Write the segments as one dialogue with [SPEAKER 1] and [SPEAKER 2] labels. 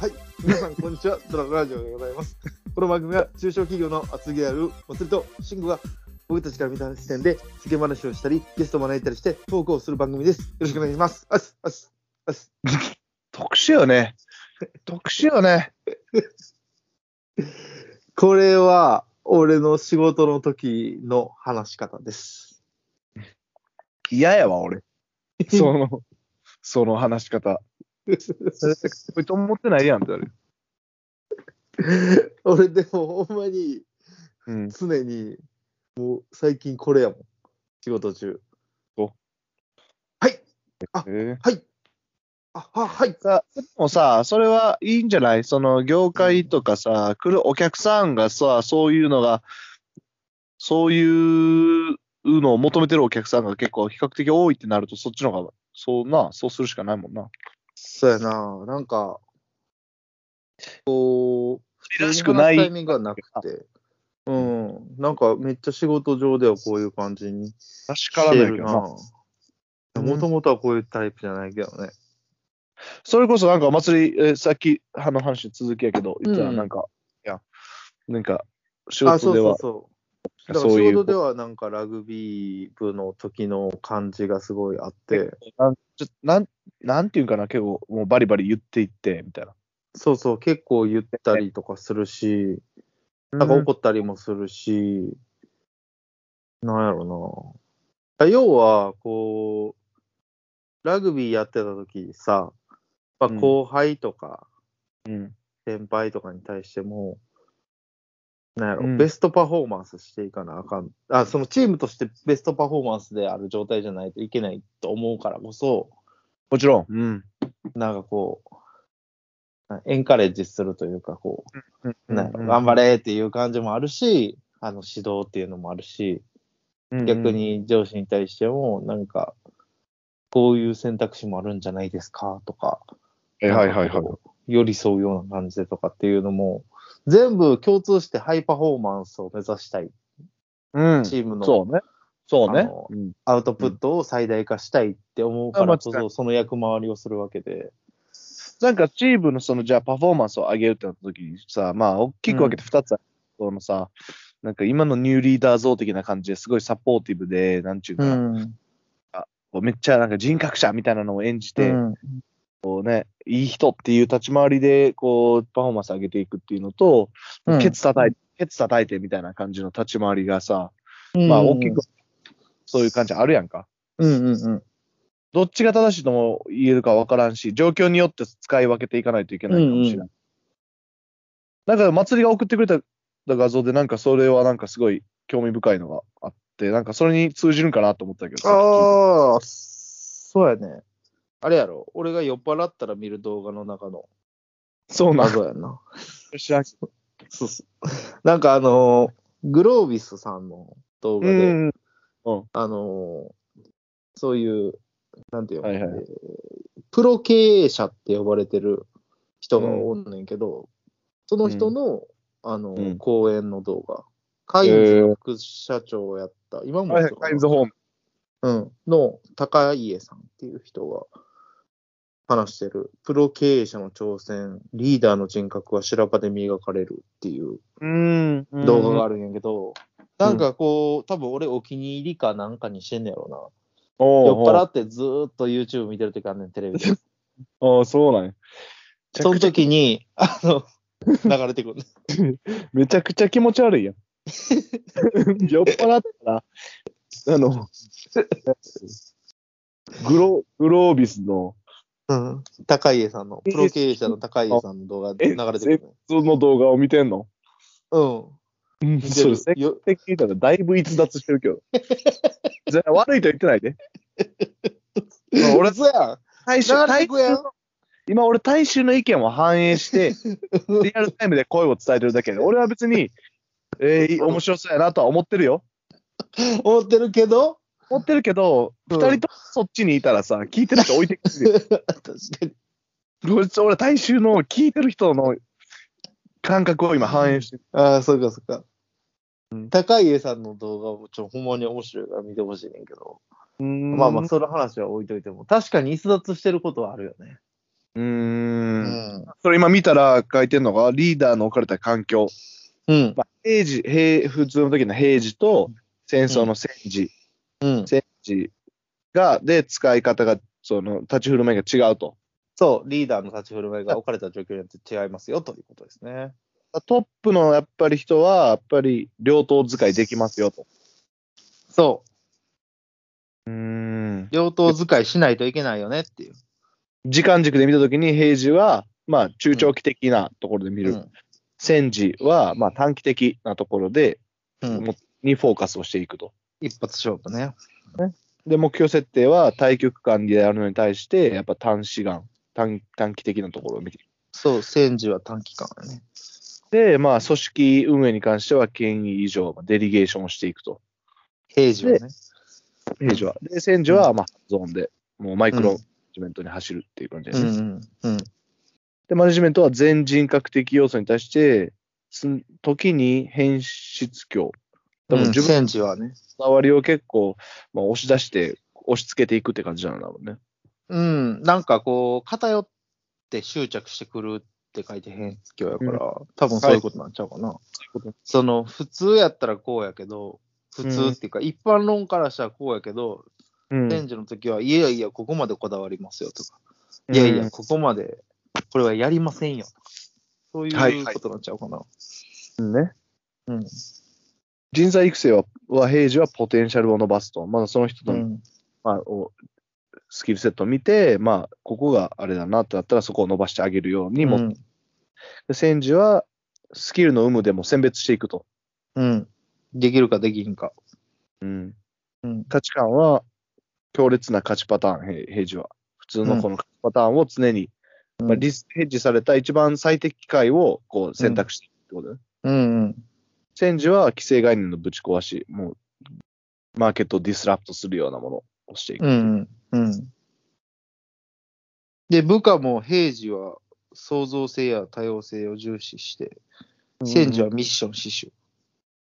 [SPEAKER 1] はい、皆さん、こんにちは。ドラゴラジオでございます。この番組は中小企業の厚木あるまつりと慎吾が僕たちから見た視点で世間話をしたり、ゲストを招いたりしてトークをする番組です。よろしくお願いします。あすあすあす。
[SPEAKER 2] 特殊よね。特殊よね。
[SPEAKER 1] これは俺の仕事の時の話し方 です。
[SPEAKER 2] 嫌やわ、俺。その、その話し方。こいつ思ってないやんってある。
[SPEAKER 1] 俺でもほんまに
[SPEAKER 2] うん。
[SPEAKER 1] 常にもう最近これやもん。仕事中。
[SPEAKER 2] えー
[SPEAKER 1] はい。あははい。
[SPEAKER 2] さでもさ、それはいいんじゃないその業界とかさ、来るお客さんがさ、そういうのが、そういうのを求めてるお客さんが結構比較的多いってなると、そっちの方が、そうな、そうするしかないもんな。
[SPEAKER 1] そうやな、なんか、こう、普
[SPEAKER 2] ら
[SPEAKER 1] 通
[SPEAKER 2] し
[SPEAKER 1] に
[SPEAKER 2] くな
[SPEAKER 1] 話すタイ
[SPEAKER 2] い。
[SPEAKER 1] ミングがなくて、うん、なんかめっちゃ仕事上ではこういう感じにし
[SPEAKER 2] らしから
[SPEAKER 1] て
[SPEAKER 2] ないけ
[SPEAKER 1] る
[SPEAKER 2] ど
[SPEAKER 1] な。
[SPEAKER 2] な。うん
[SPEAKER 1] もともとはこういうタイプじゃないけどね。
[SPEAKER 2] それこそなんか祭り、えーさっき、あの話続きやけど、言って
[SPEAKER 1] う
[SPEAKER 2] たら
[SPEAKER 1] ん
[SPEAKER 2] なんか、いや、なんか、仕
[SPEAKER 1] あ、そう
[SPEAKER 2] 事で
[SPEAKER 1] そう
[SPEAKER 2] は、
[SPEAKER 1] そう。だから
[SPEAKER 2] そう
[SPEAKER 1] 仕
[SPEAKER 2] い
[SPEAKER 1] 事
[SPEAKER 2] う
[SPEAKER 1] で、はなんかラグビー部の時の感じがすごいあって、
[SPEAKER 2] なんちょなんなんていうんかな、結構、もうバリバリ言っていって、みたいな。
[SPEAKER 1] そうそう、結構言ったりとかするし、なんか怒ったりもするし、なんやろな。要は、こう、ラグビーやってた時さ、まあ、
[SPEAKER 2] うん
[SPEAKER 1] 後輩とか
[SPEAKER 2] うん、
[SPEAKER 1] 先輩とかに対しても、なんやろ、
[SPEAKER 2] うん
[SPEAKER 1] ベストパフォーマンスしていかなあかん。あ、そのチームとしてベストパフォーマンスである状態じゃないといけないと思うからこそ、
[SPEAKER 2] もちろん。うん。
[SPEAKER 1] なんかこう、エンカレッジするというか、こう、なんやろ頑張
[SPEAKER 2] れ。
[SPEAKER 1] れっていう感じもあるし、あの指導っていうのもあるし、
[SPEAKER 2] うん
[SPEAKER 1] 逆。に上司に対しても、なんか、こういう選択肢もあるんじゃないですかとか、
[SPEAKER 2] えはいは
[SPEAKER 1] なん
[SPEAKER 2] いはい
[SPEAKER 1] か。こう寄り添うような感じでとかっていうのも、全部共通してハイパフォーマンスを目指したい、
[SPEAKER 2] うん。
[SPEAKER 1] チームの
[SPEAKER 2] そうね。そう
[SPEAKER 1] あ
[SPEAKER 2] ね
[SPEAKER 1] の。
[SPEAKER 2] うん
[SPEAKER 1] アウトプットを最大化したいって思うからこ
[SPEAKER 2] あ間違
[SPEAKER 1] そ、その役回りをするわけで。
[SPEAKER 2] なんか、チームのその、じゃあ、パフォーマンスを上げるってなった時にさ、まあ、大きく分けて2つある。そのさ、なんか、今のニューリーダー像的な感じですごいサポーティブで、なんちゅうかな、
[SPEAKER 1] ん。
[SPEAKER 2] こうめっちゃなんか人格者みたいなのを演じて、
[SPEAKER 1] で、
[SPEAKER 2] こうね、いい人っていう立ち回りで、こう、パフォーマンス上げていくっていうのと、
[SPEAKER 1] うん
[SPEAKER 2] ケツ叩いて、ケツ叩いてみたいな感じの立ち回りがさ、まあ大きく、そういう感じあるやんか。
[SPEAKER 1] うんうんうん。
[SPEAKER 2] どっちが正しいとも言えるか分からんし、状況によって使い分けていかないといけないかもしれない。なんか、祭りが送ってくれた画像で、なんかそれはなんかすごい興味深いのがあって、なんかそれに通じるんかなと思ったけどさっ
[SPEAKER 1] ああ、そうやね。あれやろ、俺が酔っ払ったら見る動画の中の
[SPEAKER 2] きそうなん
[SPEAKER 1] 謎やな。
[SPEAKER 2] 知らんけ
[SPEAKER 1] そうそうなんかあのーグロービスさんの動
[SPEAKER 2] ど
[SPEAKER 1] 画で、
[SPEAKER 2] うん。
[SPEAKER 1] あのーそういう、なんていうの、
[SPEAKER 2] はいはい
[SPEAKER 1] えープロ経営者って呼ばれてる人がおんねんけど、その人の、あのー
[SPEAKER 2] うん
[SPEAKER 1] 講演の動画、カインズの副社長をやった、今も
[SPEAKER 2] はい
[SPEAKER 1] やっ
[SPEAKER 2] は
[SPEAKER 1] てる、
[SPEAKER 2] いカインズホーム。
[SPEAKER 1] うん、の高家さんっていう人が話してる、プロ経営者の挑戦、リーダーの人格は修羅場で磨かれるっていう
[SPEAKER 2] うん。
[SPEAKER 1] 動画が
[SPEAKER 2] あ
[SPEAKER 1] あるんやけど、なんかこう、多分俺お気に入りかなんかにしてんねやろな。酔っ払ってずーっと YouTube 見てるときあんねん、テレ ビで。
[SPEAKER 2] ああ、そうなんや。
[SPEAKER 1] その時に、あ の、流れてくる。
[SPEAKER 2] めちゃくちゃ気持ち悪 いやん。酔っ払ったら、あの、グロ、グロービスの、
[SPEAKER 1] うん、高家さんの、プロ経営者の高家さんの動画で流れてくるね。
[SPEAKER 2] その動画を見てんの
[SPEAKER 1] うん。
[SPEAKER 2] うん、
[SPEAKER 1] 見て
[SPEAKER 2] そ
[SPEAKER 1] る
[SPEAKER 2] れ、せっ
[SPEAKER 1] よ
[SPEAKER 2] かく聞いたらだいぶ逸脱してるけど。じゃあ悪いとは言ってないで。まあ俺
[SPEAKER 1] 俺、、そうやん。
[SPEAKER 2] 大衆、
[SPEAKER 1] 流れて
[SPEAKER 2] 大
[SPEAKER 1] くやん
[SPEAKER 2] 衆の今俺、大衆の意見を反映して、リアルタイムで声を伝えてるだけで、俺は別に、えー、面白そうやなとは思ってるよ。
[SPEAKER 1] 思ってるけど、
[SPEAKER 2] 思ってるけど、
[SPEAKER 1] う
[SPEAKER 2] 二
[SPEAKER 1] ん
[SPEAKER 2] 人ともそっちにいたらさ、聞いてる人置いてくる よ。
[SPEAKER 1] 確かに。
[SPEAKER 2] こいつ俺、大衆の聞いてる人の感覚を今反映してる。
[SPEAKER 1] ああ、そうかそうか。高家さんの動画もちょ、ほんまに面白いから見てほしいねんけど。ま
[SPEAKER 2] ま
[SPEAKER 1] あまあ、その話は置いといても、確かに逸脱してることはあるよね。
[SPEAKER 2] うーん。
[SPEAKER 1] ん。
[SPEAKER 2] それ今見たら書いてんのが、リーダーの置かれた環境。
[SPEAKER 1] うん。
[SPEAKER 2] まあ、平時、平、普通の時の平時と戦争の戦時、
[SPEAKER 1] うん。
[SPEAKER 2] 戦時が、で、使い方が、その、立ち振る舞いが違うと。
[SPEAKER 1] そう、リーダーの立ち振る舞いが置かれた状況によって違いますよということですね。
[SPEAKER 2] トップのやっぱり人は、やっぱり両党使いできますよと。
[SPEAKER 1] そう
[SPEAKER 2] ーん。
[SPEAKER 1] う、両党使いしないといけないよねっていう。
[SPEAKER 2] 時間軸で見たときに、平時は、まあ、中長期的なところで見る。
[SPEAKER 1] うん
[SPEAKER 2] 戦時は、まあ、短期的なところで、
[SPEAKER 1] うん
[SPEAKER 2] もにフォーカスをしていくと。
[SPEAKER 1] 一発勝負ね。
[SPEAKER 2] で、目標設定は、対局間でやるのに対して、やっぱ短視眼、短短期的なところを見ていく。
[SPEAKER 1] そう、戦時は短期間やね。
[SPEAKER 2] で、まあ、組織運営に関しては、権威以上、デリゲーションをしていくと。
[SPEAKER 1] 平時はね。
[SPEAKER 2] 平時は。で、戦時は、まあ、ゾーンで、もうマイクロマネジメントに走るっていう感じで
[SPEAKER 1] う
[SPEAKER 2] す
[SPEAKER 1] ん
[SPEAKER 2] ね。
[SPEAKER 1] うんうん。
[SPEAKER 2] で、マネジメントは全人格的要素に対して、す時に変質狂。多
[SPEAKER 1] う
[SPEAKER 2] 分
[SPEAKER 1] ん
[SPEAKER 2] 自分
[SPEAKER 1] 戦時はね。
[SPEAKER 2] こだわりを結構、まあ、押し出して、押し付けていくって感じなんだろうね。
[SPEAKER 1] うん、なんかこう、偏って執着してくるって書いて変教やから、
[SPEAKER 2] うん
[SPEAKER 1] 多分そういうことなんちゃうかな。その、普通やったらこうやけど、普通っていうか、一般論からしたらこうやけど、
[SPEAKER 2] うん
[SPEAKER 1] レンジの時は、いやいや、ここまでこだわりますよとか、いやいや、ここまで、これはやりませんよとか、そうい
[SPEAKER 2] はいは
[SPEAKER 1] う
[SPEAKER 2] い
[SPEAKER 1] ことなんちゃうかな。
[SPEAKER 2] うんね。
[SPEAKER 1] うん。
[SPEAKER 2] 人材育成は、は平時はポテンシャルを伸ばすと。まだその人
[SPEAKER 1] う
[SPEAKER 2] の、
[SPEAKER 1] ん。
[SPEAKER 2] まあ、をスキルセットを見て、まあ、ここがあれだなってなったら、そこを伸ばしてあげるようにも、
[SPEAKER 1] うん
[SPEAKER 2] で戦時は、スキルの有無でも選別していくと。
[SPEAKER 1] うん。できるかできんか。
[SPEAKER 2] うん。
[SPEAKER 1] うん。
[SPEAKER 2] 価値観は、強烈な価値パターン、へ平時は。普通のこの価値パターンを常に、まあ、リスヘッジされた一番最適解をこう選択していくってことだね。
[SPEAKER 1] うんうん。
[SPEAKER 2] 戦時は規制概念のぶち壊し、もう、マーケットをディスラプトするようなものをしていく。
[SPEAKER 1] うんうんうん。で、部下も平時は創造性や多様性を重視して、戦時はミッション死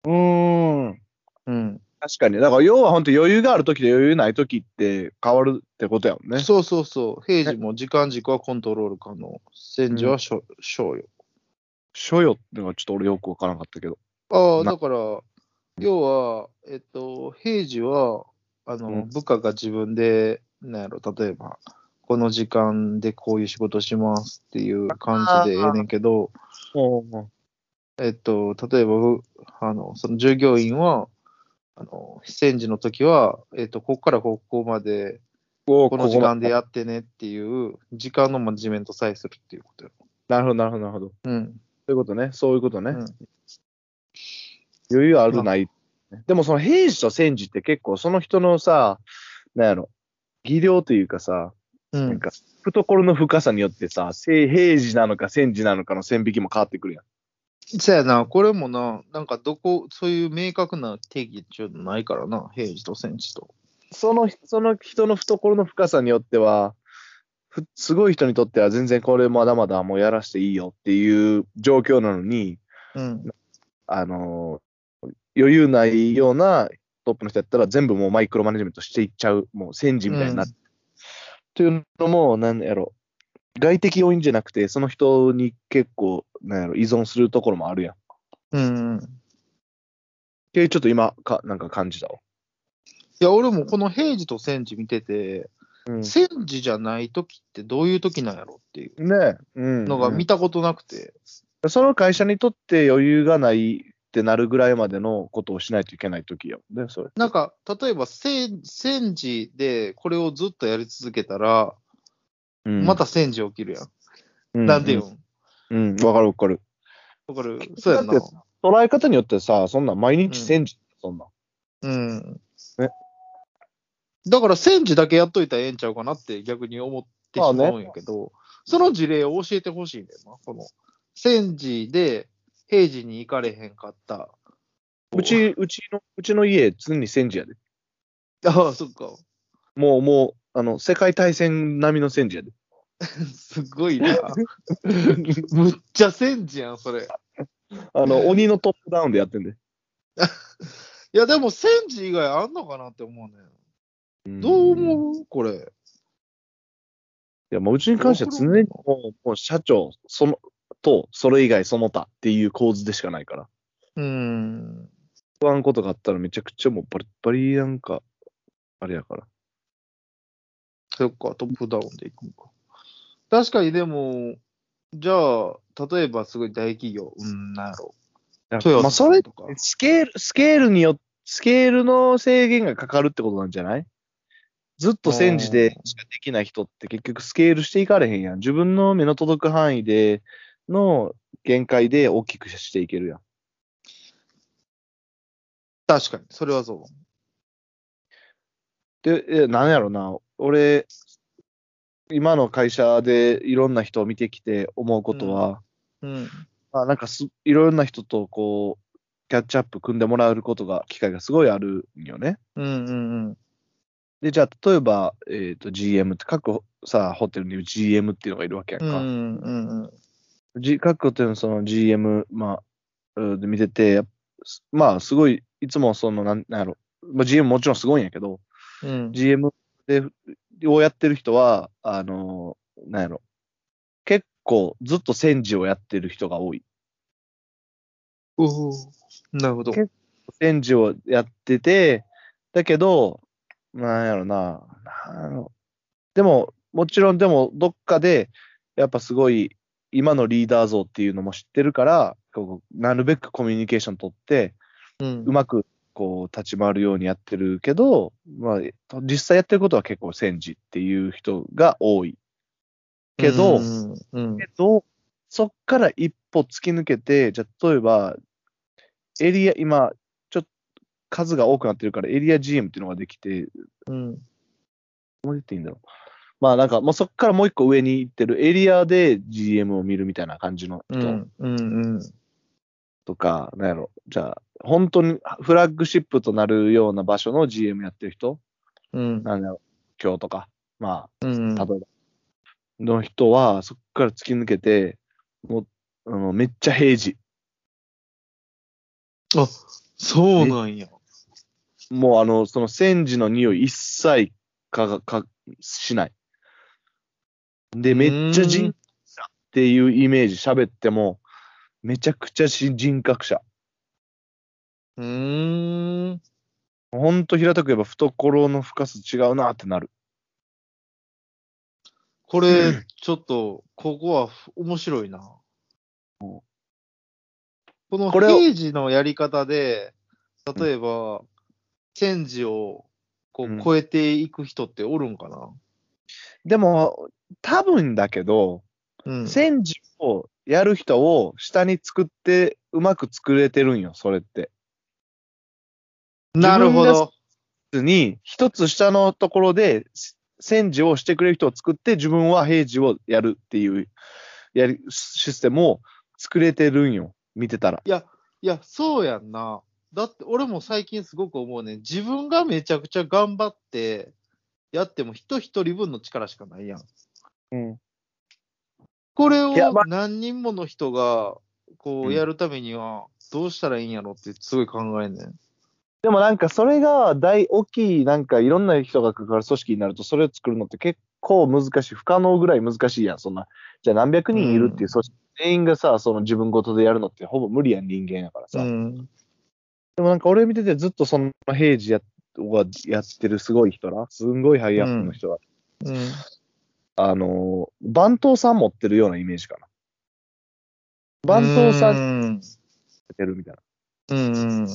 [SPEAKER 1] 守。
[SPEAKER 2] うん。
[SPEAKER 1] うん。
[SPEAKER 2] 確かに。だから、要は本当余裕がある時と余裕ない時って変わるってことやもんね。
[SPEAKER 1] そうそうそう。平時も時間軸はコントロール可能。戦時はしょ賞与。
[SPEAKER 2] 所与っていうのがちょっと俺よくわからなかったけど。
[SPEAKER 1] ああ、
[SPEAKER 2] な
[SPEAKER 1] だから、要は、えっと、平時は、あの、
[SPEAKER 2] うん
[SPEAKER 1] 部下が自分で、なんやろ、例えば、この時間でこういう仕事しますっていう感じでええねんけど、えっと、例えば、うあの、その従業員は、あの、非戦時の時は、えっと、ここからここまで、
[SPEAKER 2] こ
[SPEAKER 1] この時間でやってねっていう、時間のマネジメントさえするっていうことよ。
[SPEAKER 2] なるほど、なるほど、なるほど。そ
[SPEAKER 1] うん。
[SPEAKER 2] ういうことね。そういうことね。
[SPEAKER 1] うん
[SPEAKER 2] 余裕あるない。でもその平時と戦時って結構その人のさ、なんやろ、技量というかさ、
[SPEAKER 1] う
[SPEAKER 2] なん
[SPEAKER 1] ん。
[SPEAKER 2] か、懐の深さによってさ、せ平時なのか戦時なのかの線引きも変わってくるやん。
[SPEAKER 1] そやな、これもな、なんかどこ、そういう明確な定義っていうのないからな、平時と戦時と。
[SPEAKER 2] その、その人の懐の深さによっては、ふすごい人にとっては全然これまだまだもうやらしていいよっていう状況なのに、
[SPEAKER 1] うん。
[SPEAKER 2] あのー余裕ないようなトップの人やったら全部もうマイクロマネジメントしていっちゃう、もう戦時みたいになって。というのも、なんやろ、外的要因じゃなくて、その人に結構、なんやろ、依存するところもあるやん。
[SPEAKER 1] うん。うん
[SPEAKER 2] っていうちょっと今か、なんか感じたわ。
[SPEAKER 1] いや、俺もこの平時と戦時見てて、
[SPEAKER 2] うん
[SPEAKER 1] 戦時じゃない時ってどういう時なんやろっていう
[SPEAKER 2] ねえ、うん
[SPEAKER 1] のが見たことなくて。
[SPEAKER 2] その会社にとって余裕がないってなるぐらいまでのことをしないといけない時よね、それ。
[SPEAKER 1] なんか、例えば、戦戦時でこれをずっとやり続けたら、
[SPEAKER 2] うん
[SPEAKER 1] また戦時起きるやん。
[SPEAKER 2] う
[SPEAKER 1] なんでよ。
[SPEAKER 2] うん、わかるわかる。
[SPEAKER 1] わかるそうやんな
[SPEAKER 2] だ。って捉え方によってさ、そんな毎日戦時、そんな。
[SPEAKER 1] うん。
[SPEAKER 2] ね
[SPEAKER 1] だから、戦時だけやっといたらええんちゃうかなって逆に思ってしまうんやけど、その事例を教えてほしいねんだよな。この、戦時で平時に行かれへんかった。
[SPEAKER 2] うち、うちの、うちの家、常に戦時やで。
[SPEAKER 1] ああ、そっか。
[SPEAKER 2] もう、もう、あの、世界大戦並みの戦時やで。
[SPEAKER 1] すご いな。むっちゃ戦時やん、それ。
[SPEAKER 2] あの、鬼のトップダウンでやってんで。
[SPEAKER 1] いや、でも戦時以外あんのかなって思うね。
[SPEAKER 2] ん
[SPEAKER 1] どう思うこれ。
[SPEAKER 2] や、もううちに関しては常にもうもう社長、その、と、それ以外その他っていう構図でしかないから。
[SPEAKER 1] うん。
[SPEAKER 2] 不安ことがあったらめちゃくちゃもうバリッバリなんか、あれやから。
[SPEAKER 1] そっか、トップダウンでいくのか。確かにでも、じゃあ、例えばすごい大企業、うん、なんやろ
[SPEAKER 2] だ
[SPEAKER 1] ト
[SPEAKER 2] か
[SPEAKER 1] ヨ
[SPEAKER 2] ら
[SPEAKER 1] タ
[SPEAKER 2] まあ、それ、
[SPEAKER 1] とか。
[SPEAKER 2] スケール、スケールによスケールの制限がかかるってことなんじゃないずっと戦時でしかできない人って結局スケールしていかれへんやん。自分の目の届く範囲での限界で大きくしていけるやん。
[SPEAKER 1] 確かに、それはそう。
[SPEAKER 2] で、えなんやろな、俺、今の会社でいろんな人を見てきて思うことは、
[SPEAKER 1] うん。
[SPEAKER 2] まあ、なんかすいろんな人とこう、キャッチアップ組んでもらうことが、機会がすごいあるんよね。
[SPEAKER 1] うんうんうん。
[SPEAKER 2] で、じゃあ、例えば、えっ、と、GM って、各さ、ホテルにいる GM っていうのがいるわけやん
[SPEAKER 1] うん
[SPEAKER 2] か。
[SPEAKER 1] うんうん。
[SPEAKER 2] G、各ホテルのその GM、まあ、うんで見てて、やっぱすまあ、すごい、いつもその、なんなんやろ、まあ、GM もちろんすごいんやけど、
[SPEAKER 1] うん、
[SPEAKER 2] GM で、をやってる人は、あの、なんやろ、結構ずっと戦時をやってる人が多い。
[SPEAKER 1] おーなるほど。
[SPEAKER 2] 結戦時をやってて、だけど、なんやろな、なんやろでも、もちろんでも、どっかで、やっぱすごい、今のリーダー像っていうのも知ってるから、こうなるべくコミュニケーション取って、
[SPEAKER 1] うん
[SPEAKER 2] うまくこう立ち回るようにやってるけど、まあ、実際やってることは結構戦時っていう人が多い。けど、
[SPEAKER 1] うんうん
[SPEAKER 2] けど、そっから一歩突き抜けて、じゃあ例えば、エリア、今、ちょっと数が多くなってるから、エリア GM っていうのができて、
[SPEAKER 1] うん
[SPEAKER 2] どう言っていいんだろう。まあなんか、もうそっからもう一個上に行ってるエリアで GM を見るみたいな感じの
[SPEAKER 1] う
[SPEAKER 2] 人
[SPEAKER 1] んうん
[SPEAKER 2] とか、なんやろ。じゃあ、本当にフラッグシップとなるような場所の GM やってる人、
[SPEAKER 1] うん
[SPEAKER 2] なんだろう、今日とか、ま
[SPEAKER 1] う
[SPEAKER 2] あ、
[SPEAKER 1] ん
[SPEAKER 2] 例えば、の人は、そこから突き抜けて、もう、あのめっちゃ平時。
[SPEAKER 1] あそうなんや。
[SPEAKER 2] もうあの、その戦時の匂い一切かが、か、しない。で、めっちゃ人格者っていうイメージ喋っても、めちゃくちゃし人格者。
[SPEAKER 1] うーん。
[SPEAKER 2] ほんと平たく言えば懐の深さ違うなってなる。
[SPEAKER 1] これ、ちょっと、ここはふ面白いな。この
[SPEAKER 2] これを
[SPEAKER 1] 平時のやり方で、例えば、チェンジをこ
[SPEAKER 2] う
[SPEAKER 1] うん超えていく人っておるんかな、
[SPEAKER 2] でも、多分だけど、
[SPEAKER 1] うん、
[SPEAKER 2] 戦時をやる人を下に作って、うまく作れてるんよ、それって。
[SPEAKER 1] なるほど。
[SPEAKER 2] に、一つ下のところで戦時をしてくれる人を作って、自分は平時をやるっていうやりシステムを作れてるんよ、見てたら。
[SPEAKER 1] いや、いや、そうやんな。だって、俺も最近すごく思うね。自分がめちゃくちゃ頑張って、やっても人一人分の力しかないやん。これを
[SPEAKER 2] いやまあ
[SPEAKER 1] 何人もの人が、こ
[SPEAKER 2] う
[SPEAKER 1] う、
[SPEAKER 2] ん
[SPEAKER 1] やるためには、どうしたらいいんやろって、すごい考えんねん。
[SPEAKER 2] でもなんか、それが大大きい、なんかいろんな人が関わる組織になると、それを作るのって結構難しい、不可能ぐらい難しいやん、そんな。じゃあ何百人いるっていう組織、全員がさ、その自分ごとでやるのってほぼ無理やん、人間やからさ。
[SPEAKER 1] うん。
[SPEAKER 2] でもなんか俺見ててずっとその平時やはやってるすごい人ら、すんごいハイアップの人が
[SPEAKER 1] うん。
[SPEAKER 2] あのー、番頭さん持ってるようなイメージかな。番頭さん持っ
[SPEAKER 1] ん。
[SPEAKER 2] てるみたいな。って
[SPEAKER 1] うん。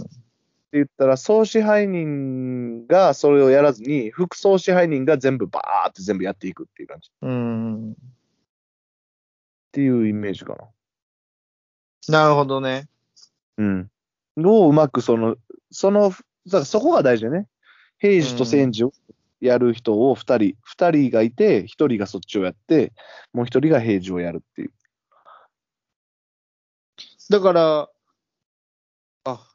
[SPEAKER 2] 言ったら、総支配人がそれをやらずに、副総支配人が全部バーって全部やっていくっていう感じ。っ
[SPEAKER 1] うん。
[SPEAKER 2] ていうイメージか
[SPEAKER 1] なるほどね。
[SPEAKER 2] な。うん。どううまくその、その、だからそこが大事だよね。平時と戦時をやる人を二人、二人がいて、一人がそっちをやって、もう一人が平時をやるっていう。
[SPEAKER 1] だから、あ、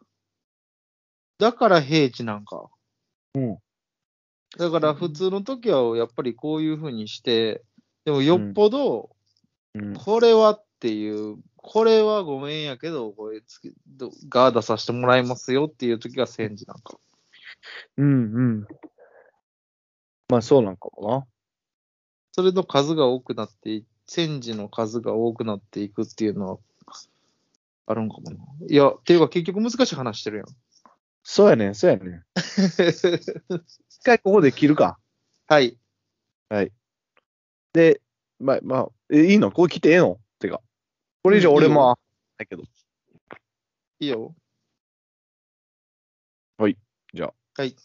[SPEAKER 1] だから平地なんか。
[SPEAKER 2] うん。
[SPEAKER 1] だから普通の時はやっぱりこういうふうにして、でもよっぽど、
[SPEAKER 2] うん、
[SPEAKER 1] これはっていう、これはごめんやけど、これつけどガーダさせてもらいますよっていう時が戦時なんか。
[SPEAKER 2] うん、うん。まあそうなんかもな。
[SPEAKER 1] それの数が多くなってい、戦時の数が多くなっていくっていうのは、あるんかもな。いや、っていうか結局難しい話 してるやん。
[SPEAKER 2] そうやねん、そうやねん。一回ここで切るか。
[SPEAKER 1] はい。
[SPEAKER 2] はい。で、まあ、まあ、えいいのここ来てええのてか。これ以上俺
[SPEAKER 1] うんいい
[SPEAKER 2] も、だけど。
[SPEAKER 1] いいよ。
[SPEAKER 2] じゃあ。
[SPEAKER 1] はい。